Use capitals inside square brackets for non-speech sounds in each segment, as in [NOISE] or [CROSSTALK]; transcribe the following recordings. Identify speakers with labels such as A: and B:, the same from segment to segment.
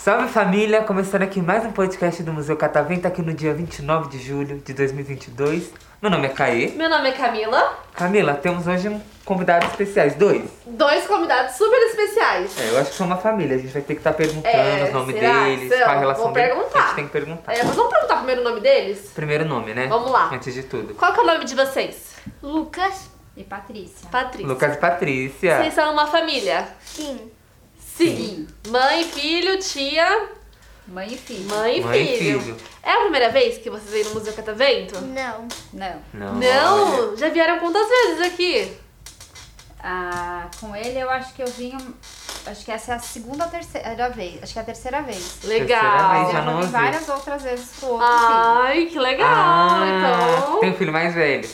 A: Salve família, começando aqui mais um podcast do Museu Catavento, aqui no dia 29 de julho de 2022. Meu nome é Caê.
B: Meu nome é Camila.
A: Camila, temos hoje um convidados especiais, dois.
B: Dois convidados super especiais.
A: É, eu acho que são uma família, a gente vai ter que estar perguntando
B: É,
A: os nomes
B: será?
A: deles,
B: Será?
A: qual a relação
B: Vou
A: deles.
B: perguntar.
A: A gente tem que perguntar.
B: É, mas vamos perguntar primeiro o nome deles?
A: Primeiro nome, né?
B: Vamos lá.
A: Antes de tudo.
B: Qual que é o nome de vocês?
C: Lucas e Patrícia.
B: Patrícia.
A: Lucas e Patrícia.
B: Vocês são uma família?
C: Sim.
B: Sim. Mãe, filho, tia,
D: Mãe e filho.
B: mãe e
A: Mãe e
B: filho.
A: filho.
B: É a primeira vez que vocês vêm no Museu Catavento?
C: Não.
D: Não.
A: Não. olha.
B: Não, já vieram quantas vezes aqui?
D: Ah, com ele eu acho que eu vim. Acho que essa é a segunda ou terceira vez. Acho que é a terceira vez.
C: Ah,
A: Terceira
B: Legal.
A: vez, já
D: eu
A: não
D: vim
A: ouvi.
D: várias outras vezes pro outro
B: Ai, que legal.
A: Ah,
B: então.
A: Tem um filho mais velho,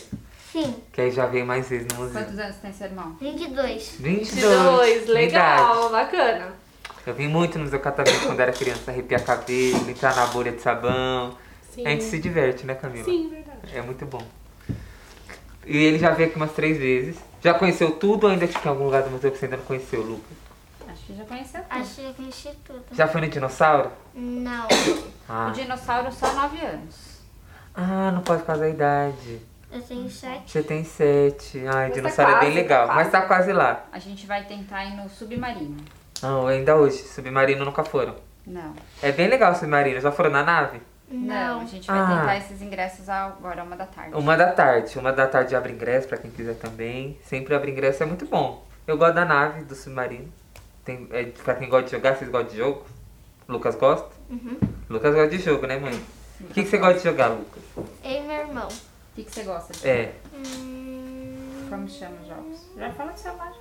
C: Sim.
A: que aí já veio mais vezes no
D: filho.
A: museu.
D: Quantos anos tem seu irmão?
C: 22.
A: 22.
B: 22,
A: minha idade.
B: legal, bacana.
A: Eu vim muito no Museu Catavento quando era criança, arrepiar cabelo, entrar na bolha de sabão.
B: Sim.
A: A gente se diverte, né, Camila?
B: Sim, verdade.
A: É muito bom. E ele já veio aqui umas três vezes. Já conheceu tudo ou ainda fica em algum lugar do museu que você ainda não conheceu, Lucas?
D: Acho que já conheceu tudo.
C: Acho que conheci tudo.
A: Já foi no dinossauro?
C: Não.
A: Ah,
D: O dinossauro só 9 anos.
A: ah não pode por causa da idade.
C: Eu tenho 7.
A: Você tem sete. Ai,
B: tá
A: dinossauro é bem
B: quase,
A: legal,
B: tá
A: mas tá
B: quase.
A: quase lá.
D: A gente vai tentar ir no submarino.
A: Não, ainda hoje. Submarino nunca foram.
D: Não.
A: É bem legal o submarino. Já foram na nave?
C: Não.
D: A gente vai
A: Ah. Um-
D: tentar esses ingressos agora, uma da tarde.
A: Uma da tarde. Uma da tarde abre ingresso pra quem quiser também. Sempre abre ingresso, é muito bom. Eu gosto da nave, do submarino. Tem, é, pra quem gosta de jogar, vocês gostam de jogo? Lucas gosta?
C: Uhum.
A: Lucas gosta de jogo, né, mãe? O que, que você gosta de jogar, Lucas?
C: Eu e meu irmão.
D: O que, que você gosta? De...
A: É.
C: Hum,
D: Como chama os jogos? Já fala do celular.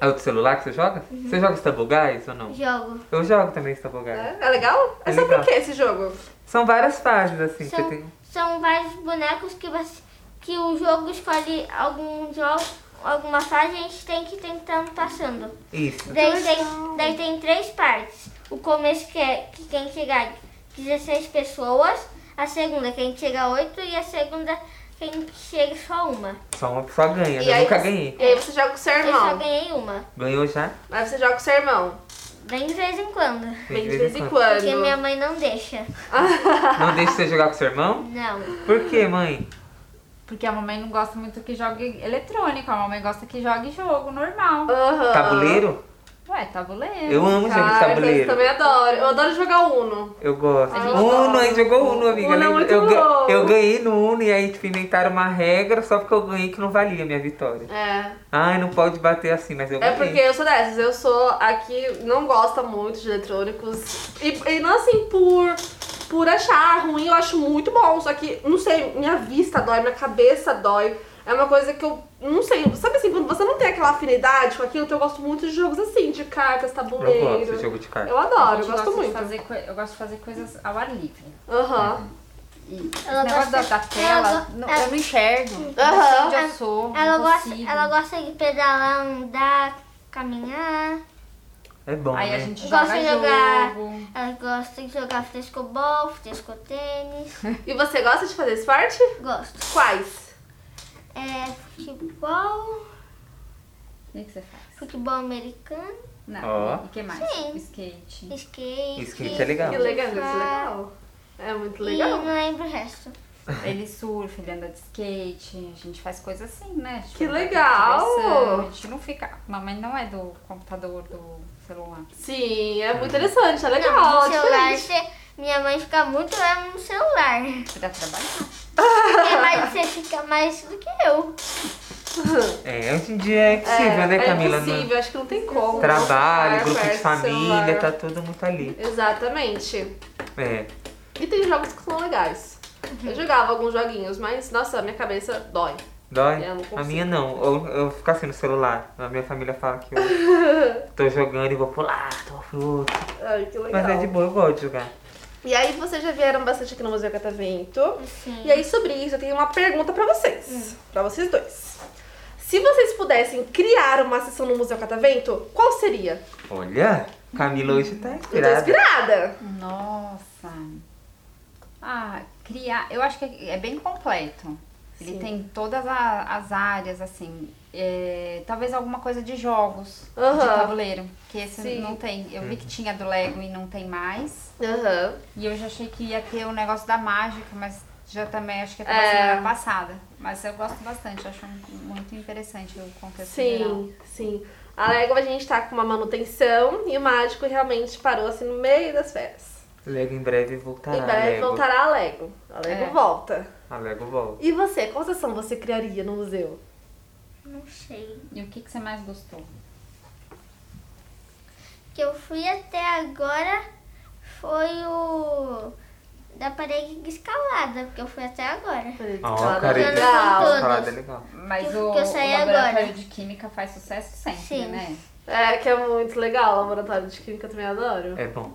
A: É o do celular que você joga?
B: Uhum.
A: Você joga Stumble Guys ou não?
C: jogo.
A: Eu jogo também Stumble Guys.
B: É, é legal? É,
A: É
B: sobre
A: legal.
B: o que esse jogo?
A: São várias fases, assim. que
C: São,
A: Você tem...
C: são vários bonecos que, você- que o jogo escolhe algum jogo, alguma fase e a gente tem que ir tentando passando.
A: Isso.
C: Daí tem, daí tem três partes. O começo que é que quem chegar 16 pessoas, a segunda quem chega 8 e a segunda quem chega só uma.
A: Só uma pessoa ganha.
B: E
A: eu
B: aí
A: nunca
B: você-
A: ganhei.
B: E aí você joga com seu
C: Eu só
B: irmão.
C: ganhei uma.
A: Ganhou já?
B: Mas você joga com seu irmão.
C: Bem de vez em quando.
B: Bem de vez em quando.
C: Porque minha mãe não deixa.
A: Não deixa você jogar com seu irmão?
C: Não.
A: Por quê, mãe?
D: Porque a mamãe não gosta muito que jogue eletrônico. A mamãe gosta que jogue jogo normal.
B: Aham.
A: Tabuleiro?
D: Ué, tá
B: Ah.
D: tabuleiro.
A: Eu amo jogo de
B: Cartas,
A: tabuleiro.
B: também adoro. Eu adoro jogar Uno.
A: Eu gosto.
B: Ah,
A: Uno,
B: eu
A: aí jogou Uno, amiga.
B: Uno é
A: lembra?
B: muito
A: eu,
B: bom.
A: eu ganhei no Uno e aí tipo, inventaram uma regra só porque eu ganhei que não valia a minha vitória.
B: É.
A: Ai, não pode bater assim, mas eu
B: É
A: ganhei.
B: porque eu sou dessas. Eu sou aqui, não gosta muito de eletrônicos. E, e não assim por, por achar ruim, eu acho muito bom. Só que, não sei, minha vista dói, minha cabeça dói. É uma coisa que eu não sei. Sabe assim, quando você não tem aquela afinidade com aquilo, então eu gosto muito de jogos assim, de cartas,
A: Eu
B: tabuleiro.
A: gosto de jogo de carta.
B: Eu adoro,
D: gente
B: eu gosto
D: gosta de
B: muito.
D: fazer coi- eu gosto de fazer coisas ao ar livre.
B: Aham.
D: E esse
C: Ela
D: negócio da,
C: gosta-
D: da tela,
C: ela go-
D: não-
C: ela-
D: eu não enxergo. Não sei
B: Aham.
D: onde eu sou.
B: é
C: Ela
D: não
C: gosta,
D: consigo.
C: ela gosta de pedalar, andar, caminhar.
A: É bom,
D: Aí
A: né?
D: a gente
C: Gosta
D: joga
C: de jogar.
D: jogo.
C: Ela gosta de jogar frescobol, frescotênis.
B: E você gosta de fazer esporte?
C: Gosto.
B: Quais?
C: É futebol,
D: O que que você faz?
C: futebol americano,
D: Não.
A: Ó.
D: E que mais?
C: Sim.
D: Skate.
C: skate. Ah,
A: Skate é legal.
B: Que legal, isso é legal. É muito
C: E
B: legal.
C: não lembro o resto.
D: Ele surfa, ele anda de skate. A gente faz coisa assim, né? Tipo,
B: Que
D: vai pra
B: legal!
D: diversão, A gente não fica. Mamãe não é do computador, do celular.
B: Sim, é muito interessante, é legal.
C: não,
B: é
C: no celular,
B: diferente.
C: você- minha mãe fica muito leve no celular. [LAUGHS]
D: Você dá trabalho?
C: Porque é mais você fica mais do que eu.
A: É, hoje em dia é possível, né, Camila?
B: É
A: Não-
B: impossível, acho que não tem como.
A: Trabalho,
B: Celular,
A: grupo de
B: perto do
A: família,
B: celular.
A: tá tudo muito ali.
B: Exatamente.
A: É.
B: E tem jogos que são legais. Eu jogava alguns joguinhos, mas, nossa, minha cabeça dói.
A: Dói?
B: É, Eu não
A: a
B: consigo.
A: minha não. Eu, eu fico assim no celular. A minha família fala que eu
B: [LAUGHS]
A: tô jogando e vou pular, tô pro outro.
B: Ai, que legal.
A: Mas é de boa, eu gosto de jogar.
B: E aí, vocês já vieram bastante aqui no Museu Catavento.
C: Sim.
B: E aí, sobre isso, eu tenho uma pergunta pra vocês. Pra vocês dois. Se vocês pudessem criar uma sessão no Museu Catavento, qual seria?
A: Olha, Camila hoje tá
B: Eu tô
A: inspirada.
B: inspirada.
D: Nossa. Ah, criar. Eu acho que é bem completo. Ele
B: Sim.
D: tem todas a- as áreas, assim. é, talvez alguma coisa de jogos, de
B: Aham.
D: tabuleiro, que esse
B: Sim.
D: não tem. Eu vi que tinha do Lego e não tem mais.
B: Aham.
D: E eu já achei que ia ter o negócio da mágica, mas já também acho que até
B: É.
D: da semana passada. Mas eu gosto bastante, acho um, muito interessante o
A: Tá
D: contexto geral.
B: Sim, sim. A Lego a gente tá com uma manutenção e o mágico realmente parou assim no meio das férias.
A: Lego em breve voltará.
B: em breve
A: Tá Lego.
B: voltará a Lego. A Lego
D: É.
B: volta.
A: A Lego volta.
B: E você, qual sessão você criaria no museu?
C: Não sei.
D: E o que, que você mais gostou?
C: O que eu fui até agora foi o da parede escalada, porque eu fui até agora.
A: Ó,
B: Escalada
A: cara,
C: de-
B: legal.
C: Todas.
A: Escalada é legal.
D: Mas
C: Que-
D: o,
C: que eu
D: o
C: saí
D: laboratório
C: agora.
D: de química faz sucesso sempre,
C: Sim.
D: né?
B: É, que é muito legal. O laboratório de química eu também adoro.
A: É bom.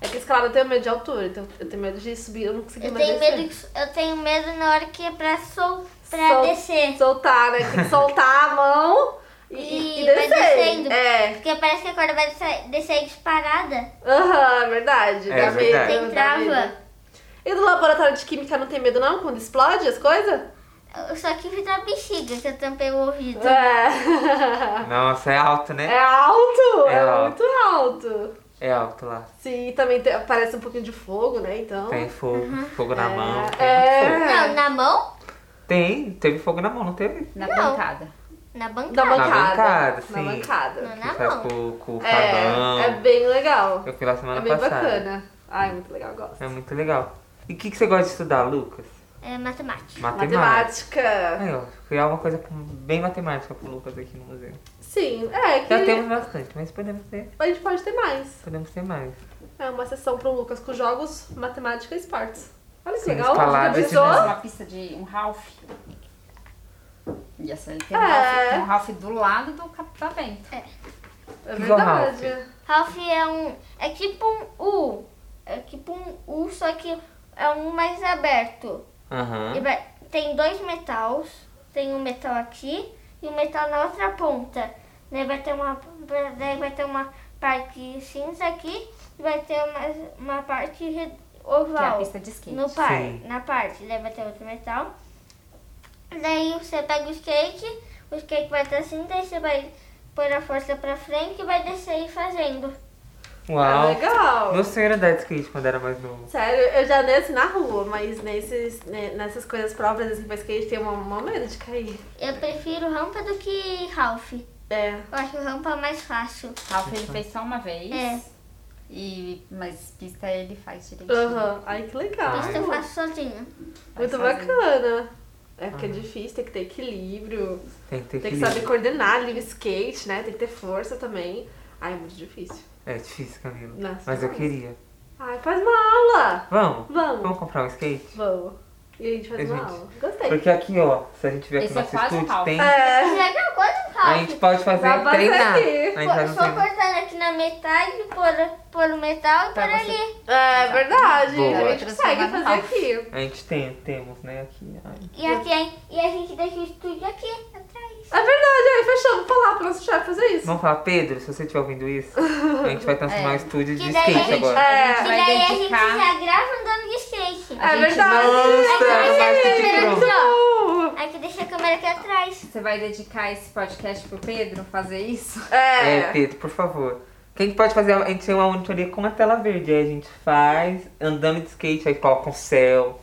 B: É que escalada eu tenho medo de altura, então eu tenho medo de subir, eu não consegui
C: Eu
B: mais
C: tenho,
B: descer.
C: medo, que- eu tenho medo na hora que é pra, sol, pra
B: Sol-
C: descer.
B: Soltar, né? Tem que soltar a mão e, e,
C: [LAUGHS] E
B: e
C: vai
B: descer.
C: descendo.
B: É.
C: Porque parece que a corda vai descer, descer disparada.
B: Aham, é verdade.
A: É
B: Dá medo,
A: verdade.
C: Tem
B: dá medo.
C: trava.
B: E do laboratório de química não tem medo não quando explode as coisas?
C: Eu Só que fiz a bexiga que eu tampei o ouvido.
B: É.
A: Nossa, é alto, né?
B: É alto, é,
A: É alto.
B: muito alto.
A: É, alto lá.
B: Sim, e também tem- aparece um pouquinho de fogo, né? Então.
A: Tem fogo, fogo na
B: É,
A: mão. Tem fogo.
B: É.
C: Não, na mão?
A: Tem, teve fogo na mão, não teve?
D: Na
C: Não.
D: bancada.
C: Na
B: Da
C: bancada.
B: bancada.
A: bancada,
B: Na
A: sim.
B: bancada.
C: Não,
A: que
C: na
A: faz
C: mão.
A: com, com o
B: É,
A: sabão.
B: é bem legal.
A: Eu fui lá
B: É
A: semana
B: bem
A: passada.
B: bacana. Ai, muito legal, eu gosto.
A: É muito legal. E o que, que você gosta de estudar, Lucas?
C: É matemática.
A: Matemática.
B: Matemática.
A: Aí, ó, criar uma coisa com- bem matemática pro Lucas aqui no museu.
B: Sim, é que
A: Já um temos bastante, mas podemos ter,
B: a gente pode ter mais.
A: podemos ter mais.
B: É uma sessão pro Lucas com jogos, matemática e esportes. Olha que
A: Sim,
B: legal,
A: escalada,
D: Faz
B: organizou.
D: uma pista de um Ralph. E essa ele tem, um
B: É.
D: Ralph, tem um Ralph do lado do captamento.
B: É
A: Que jornal,
B: verdade.
C: Ralph é um. É tipo um U. É tipo um U, só que é um mais aberto.
A: Aham.
C: E vai- tem dois metais. Tem um metal aqui e um metal na outra ponta. Daí vai ter uma, daí vai ter uma parte cinza aqui e vai ter uma, uma parte re-
D: Que é a
C: oval.
D: pista de skate.
C: No par,
A: Sim.
C: na parte, daí vai ter outro metal. Daí você pega o skate, o skate vai estar assim, daí você vai pôr a força pra frente e vai descer e ir fazendo.
A: Uau.
B: É legal.
A: Meu sonho era dar de skate quando era mais novo.
B: Sério, eu já desço na rua, mas nesses, né, nessas coisas próprias, assim, pra skate, tem uma, uma medo de cair.
C: Eu prefiro rampa do que Ralph. Eu
B: É.
C: acho rampa mais fácil.
D: Ralph ele fez só uma vez.
C: É.
D: E, mas pista ele faz direitinho.
B: Aham. Ai, que legal.
C: Isso eu faço sozinha.
D: Faz
B: Muito
D: sozinho.
B: bacana. É porque é difícil, tem que ter equilíbrio.
A: Tem que ter
B: Tem
A: Ah.
B: que
A: equilíbrio.
B: saber coordenar livre skate, né? Tem que ter força também. Ai, é muito difícil.
A: É difícil, Camila.
B: Nossa,
A: mas eu
B: não.
A: queria.
B: Ai, faz uma aula!
A: Vamos?
B: Vamos.
A: Vamos comprar um skate?
B: Vamos. E a gente faz
A: É,
B: uma
A: gente.
B: aula. Gostei.
A: Porque aqui, ó, se a gente vier aqui
D: Esse
A: no
D: é
A: nosso
D: quase um
A: estúdio,
D: pau.
A: tem.
B: É.
C: Já que eu gosto do
A: A
C: Ralph.
A: gente pode fazer
B: Dá pra
A: treinar.
B: fazer aqui.
A: A gente
C: Pô,
A: faz um
C: Só
A: treino.
C: Tipo, cortando aqui na metade, pôr, pôr o
A: Tá,
C: metal e pôr
D: Pra você-
C: ali.
B: É verdade.
A: Boa.
B: A gente consegue fazer aqui.
A: A gente tem, temos, né, aqui. Ai,
C: E, aqui, é- e a gente deixa o estúdio aqui, atrás.
B: É verdade, aí fechamos. Falar pro nosso chefe fazer isso.
A: Vamos falar, Pedro, se você estiver ouvindo isso, a gente
B: [LAUGHS]
A: vai transformar
D: É.
A: o estúdio de
C: Que daí a
A: skate
C: gente-
A: agora.
B: É.
C: E
D: A gente vai
C: daí a gente
D: dedicar.
C: já grava andando de skate.
A: Ah,
D: A
B: É
D: gente
B: verdade.
A: Nossa,
C: Ai,
A: mas
C: gente,
A: que
C: primeiro
A: pronto.
B: Não.
C: Aqui deixa a câmera aqui atrás.
D: Você vai dedicar esse podcast pro Pedro fazer isso?
A: É,
B: É.
A: Pedro, por favor. Que a gente pode fazer, a gente tem uma monitoria com uma tela verde, aí a gente faz andando de skate, aí coloca um céu,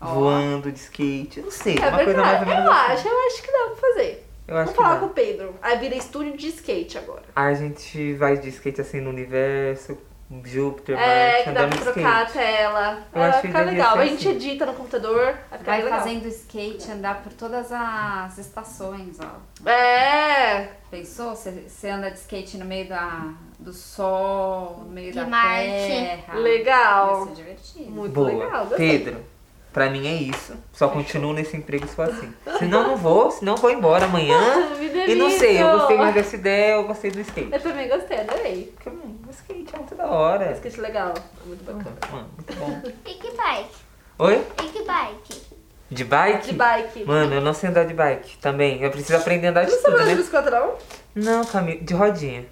D: Ó.
A: voando de skate, eu não sei,
B: É
A: uma coisa mais ou
B: verdade.
A: menos
B: Eu
A: assim.
B: acho, eu acho que dá pra fazer.
A: Eu acho
B: Vamos
A: que
B: falar
A: dá.
B: com o Pedro. Aí vira estúdio de skate agora.
A: A gente vai de skate assim no universo, Júpiter,
B: É,
A: Marte,
B: que dá
A: andando
B: pra
A: de skate.
B: trocar a tela.
A: Eu
B: Aí
A: acho
B: vai
A: que
B: ficar
A: devia
B: legal.
A: ser
B: A gente
A: assim.
B: edita no computador, vai ficar
D: Vai
B: legal.
D: fazendo skate, andar por todas as estações, ó.
B: É,
D: Pensou? Você você anda de skate no meio da, do sol, no meio
C: De
D: da
C: Marte.
D: terra.
B: Legal.
D: Tá. Vai ser assim. divertido.
B: muito
A: Boa.
B: legal. [LAUGHS] gostei.
A: Pedro, pra mim é isso. Só continuo nesse emprego se for assim. Senão não vou, senão vou embora amanhã.
B: [LAUGHS] Que
A: E não sei,
B: delícia.
A: eu gostei mais dessa ideia, eu gostei do skate.
B: Eu também gostei, adorei.
A: Porque, hum, o skate é muito da hora.
B: Skate legal, muito bacana.
A: Mano, muito bom.
C: E que bike?
A: Oi?
C: E que bike?
A: De bike?
B: De bike.
A: Mano, eu não sei andar de bike também. Eu preciso aprender a andar de
B: Você não
A: tudo,
B: sabe de
A: né?
B: bicicleta, não?
A: Não, Camila, de rodinha.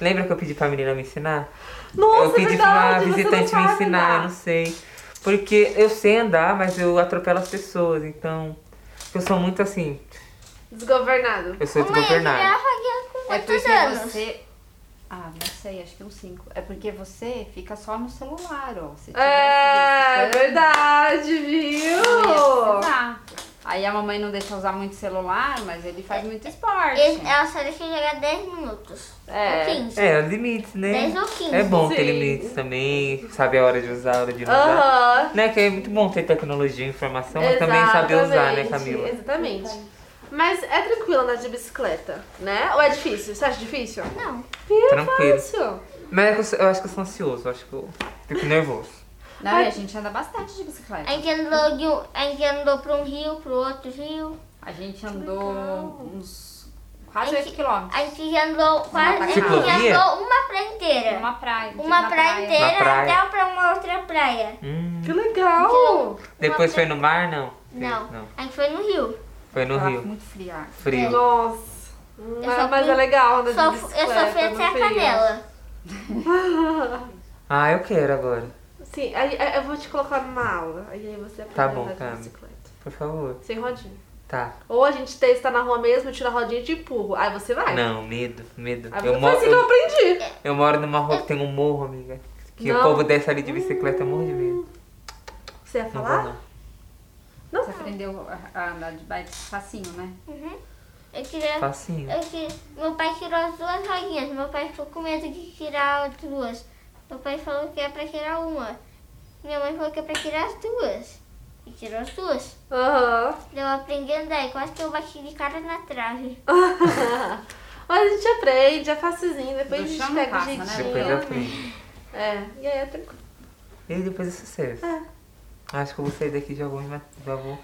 A: Lembra que eu pedi pra menina me ensinar?
B: Nossa,
A: eu pedi
B: é verdade,
A: pra uma
B: você não
A: visitante me
B: sabe
A: ensinar, eu
B: andar.
A: não sei. Porque eu sei andar, mas eu atropelo as pessoas, então. Eu sou muito assim.
B: Desgovernado.
A: Eu sou
C: Mãe, eu
A: desgovernado.
C: virava guia com
D: É
C: quantos
D: porque
C: anos?
D: você. Ah, não sei, acho que uns 5. É porque você fica só no celular, ó. Se tivesse
B: É,
D: visto,
B: verdade, viu?
D: eu ia precisar. Aí a mamãe não deixa usar muito celular, mas ele
C: É,
D: faz muito esporte.
C: Ele- Ela só deixa eu jogar 10 minutos.
B: É.
C: Ou 15.
A: É, limites, né?
C: 10 ou 15.
A: É bom ter
B: Sim.
A: limites também, saber a hora de usar, a hora de não usar.
B: Aham.
A: Né, que é muito bom ter tecnologia e informação, Então, mas também saber usar, né,
B: Exatamente,
A: Camila?
B: Exatamente. Mas é tranquilo andar de bicicleta, né? Ou é difícil? Você acha difícil?
C: Não.
B: Ih,
A: Tranquilo.
B: Fácil.
A: Mas eu, eu acho que eu sou ansioso, eu acho que eu fico nervoso.
D: Não,
C: é.
D: e a gente anda bastante de bicicleta.
C: A gente andou, de um- a gente andou pra um rio, pro outro rio.
D: A gente andou uns quase
C: É
D: 8 quilômetros
C: A gente andou quase. A gente
A: Ciclovia?
C: andou uma praia inteira.
D: numa praia.
C: é.
D: tipo,
C: Uma
D: na
C: praia
A: Na
C: inteira
A: praia.
C: até pra uma outra praia.
A: Hum.
B: Que legal.
A: Depois foi no mar, não?
C: Não. A gente foi no rio.
A: Foi no
B: Ah.
D: Tava
A: Rio.
D: muito ah. fria.
C: É.
A: Frio.
B: Nossa. Mas,
C: só
B: mas
C: fui-
B: é legal andar
C: Só
B: de
C: fu- eu
B: bicicleta.
C: só fui né?
B: no
C: até a
B: frio.
C: canela.
A: Ah, eu quero agora.
B: Sim, aí, aí eu vou te colocar numa aula. E aí você aprende
A: Tá bom,
B: a andar
A: Cami.
B: de bicicleta.
A: Por favor.
B: Sem rodinha.
A: Tá.
B: Ou a gente testa na rua mesmo, tira a rodinha e te empurra. Aí você vai.
A: Não, medo, medo.
B: Aí
A: Eu
B: você foi
A: moro,
B: assim que eu
A: eu,
B: aprendi.
A: eu moro numa rua que tem um morro, amiga. Que
B: Não. Hum.
A: o povo desce ali de bicicleta, eu morro de medo.
B: Você ia
A: Não
B: falar?
A: vou não.
B: Não.
D: Você aprendeu a- a andar de bike facinho, né?
C: Uhum. Eu queria.
A: Facinho.
B: É.
C: Eu que... Meu pai tirou as duas rodinhas. Meu pai ficou com medo de tirar as duas. Meu pai falou que é pra tirar uma. Minha mãe falou que é pra tirar as duas. E tirou as duas.
B: Aham. [LAUGHS]
C: Eu aprendi a andar e quase que eu bati de cara na trave.
B: Mas a gente aprende, é facilzinho, depois
D: Do
B: a gente
D: chão
B: pega o
D: passa, né?
B: jeitinho.
A: Depois eu Um aprendo.
B: É, e aí é tranquilo.
A: E depois é sucesso. Acho que eu vou sair daqui já vou me, ma- já vou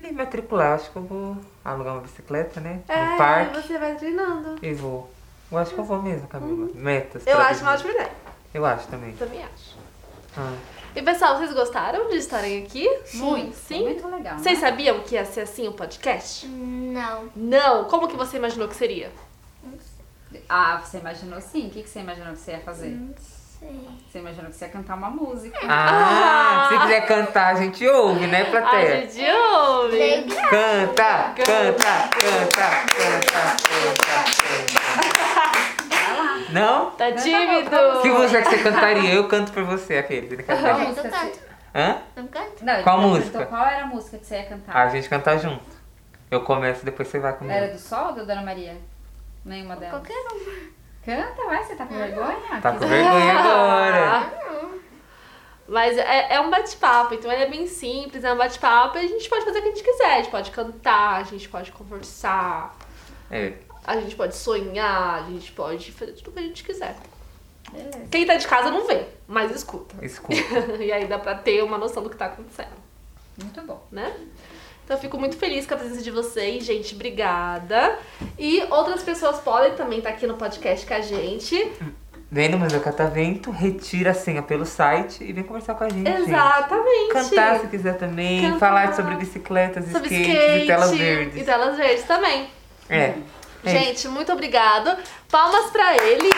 A: me matricular. Acho que eu vou alugar uma bicicleta, né?
B: É,
A: no parque.
B: e você vai treinando.
A: E vou. Eu acho que eu vou mesmo, Camila. Metas.
B: Hum. Eu acho uma
A: mais.
B: ótima ideia,
A: Eu acho também.
B: também acho.
A: Ah,
B: E pessoal, vocês gostaram de estarem aqui?
D: Muito.
B: Sim?
D: Muito legal.
B: Vocês
D: né?
B: sabiam que ia ser assim o podcast?
C: Não.
B: Não! Como que você imaginou que seria?
D: Ah, você imaginou sim? O que que você imaginou que você ia fazer?
C: Hum. Sei.
D: Você imaginou que você ia cantar uma música.
A: Ah, se quiser cantar, a gente ouve, né,
B: A
A: plateia?
B: gente ouve!
C: Legal.
A: Canta, canta, canta, canta, canta, canta. Não?
B: Tá
A: Que
B: tímido!
A: música que você cantaria? Eu canto por você, aquele. brincadeira.
C: Mas
D: música
C: eu né, canto.
A: Hã?
C: Não canto?
D: Não, ele
A: Qual
D: perguntou
A: música? Ah.
D: Qual era a música que você ia cantar?
A: A gente canta junto. Eu começo, depois você vai
D: Era
A: comigo.
D: do Sol ou da Dona Maria? Nenhuma delas.
C: Qualquer um. uma.
D: Canta, vai, você tá com vergonha?
A: Tá com
B: [LAUGHS]
A: vergonha agora.
B: Ah, Mas é, é um bate-papo, então ele é bem simples, é um bate-papo e a gente pode fazer o que a gente quiser. A gente pode cantar, a gente pode conversar,
A: É.
B: a gente pode sonhar, a gente pode fazer tudo o que a gente quiser.
D: Beleza.
B: Quem tá de casa não vê, mas escuta. [LAUGHS]
A: Escuta.
B: e aí dá pra ter uma noção do que tá acontecendo,
D: Muito bom.
B: né? Então eu fico muito feliz com a presença de vocês, gente. Obrigada. E outras pessoas podem também estar aqui no podcast com a gente.
A: Vem no Museu Catavento, retira a senha pelo site e vem conversar com a gente.
B: Exatamente.
A: Cantar se quiser também,
B: Cantar.
A: falar sobre bicicletas,
B: Sobre
A: skates
B: skate
A: e telas
B: E
A: verdes.
B: telas verdes também.
A: É. É.
B: Gente, muito obrigado. Palmas pra ele.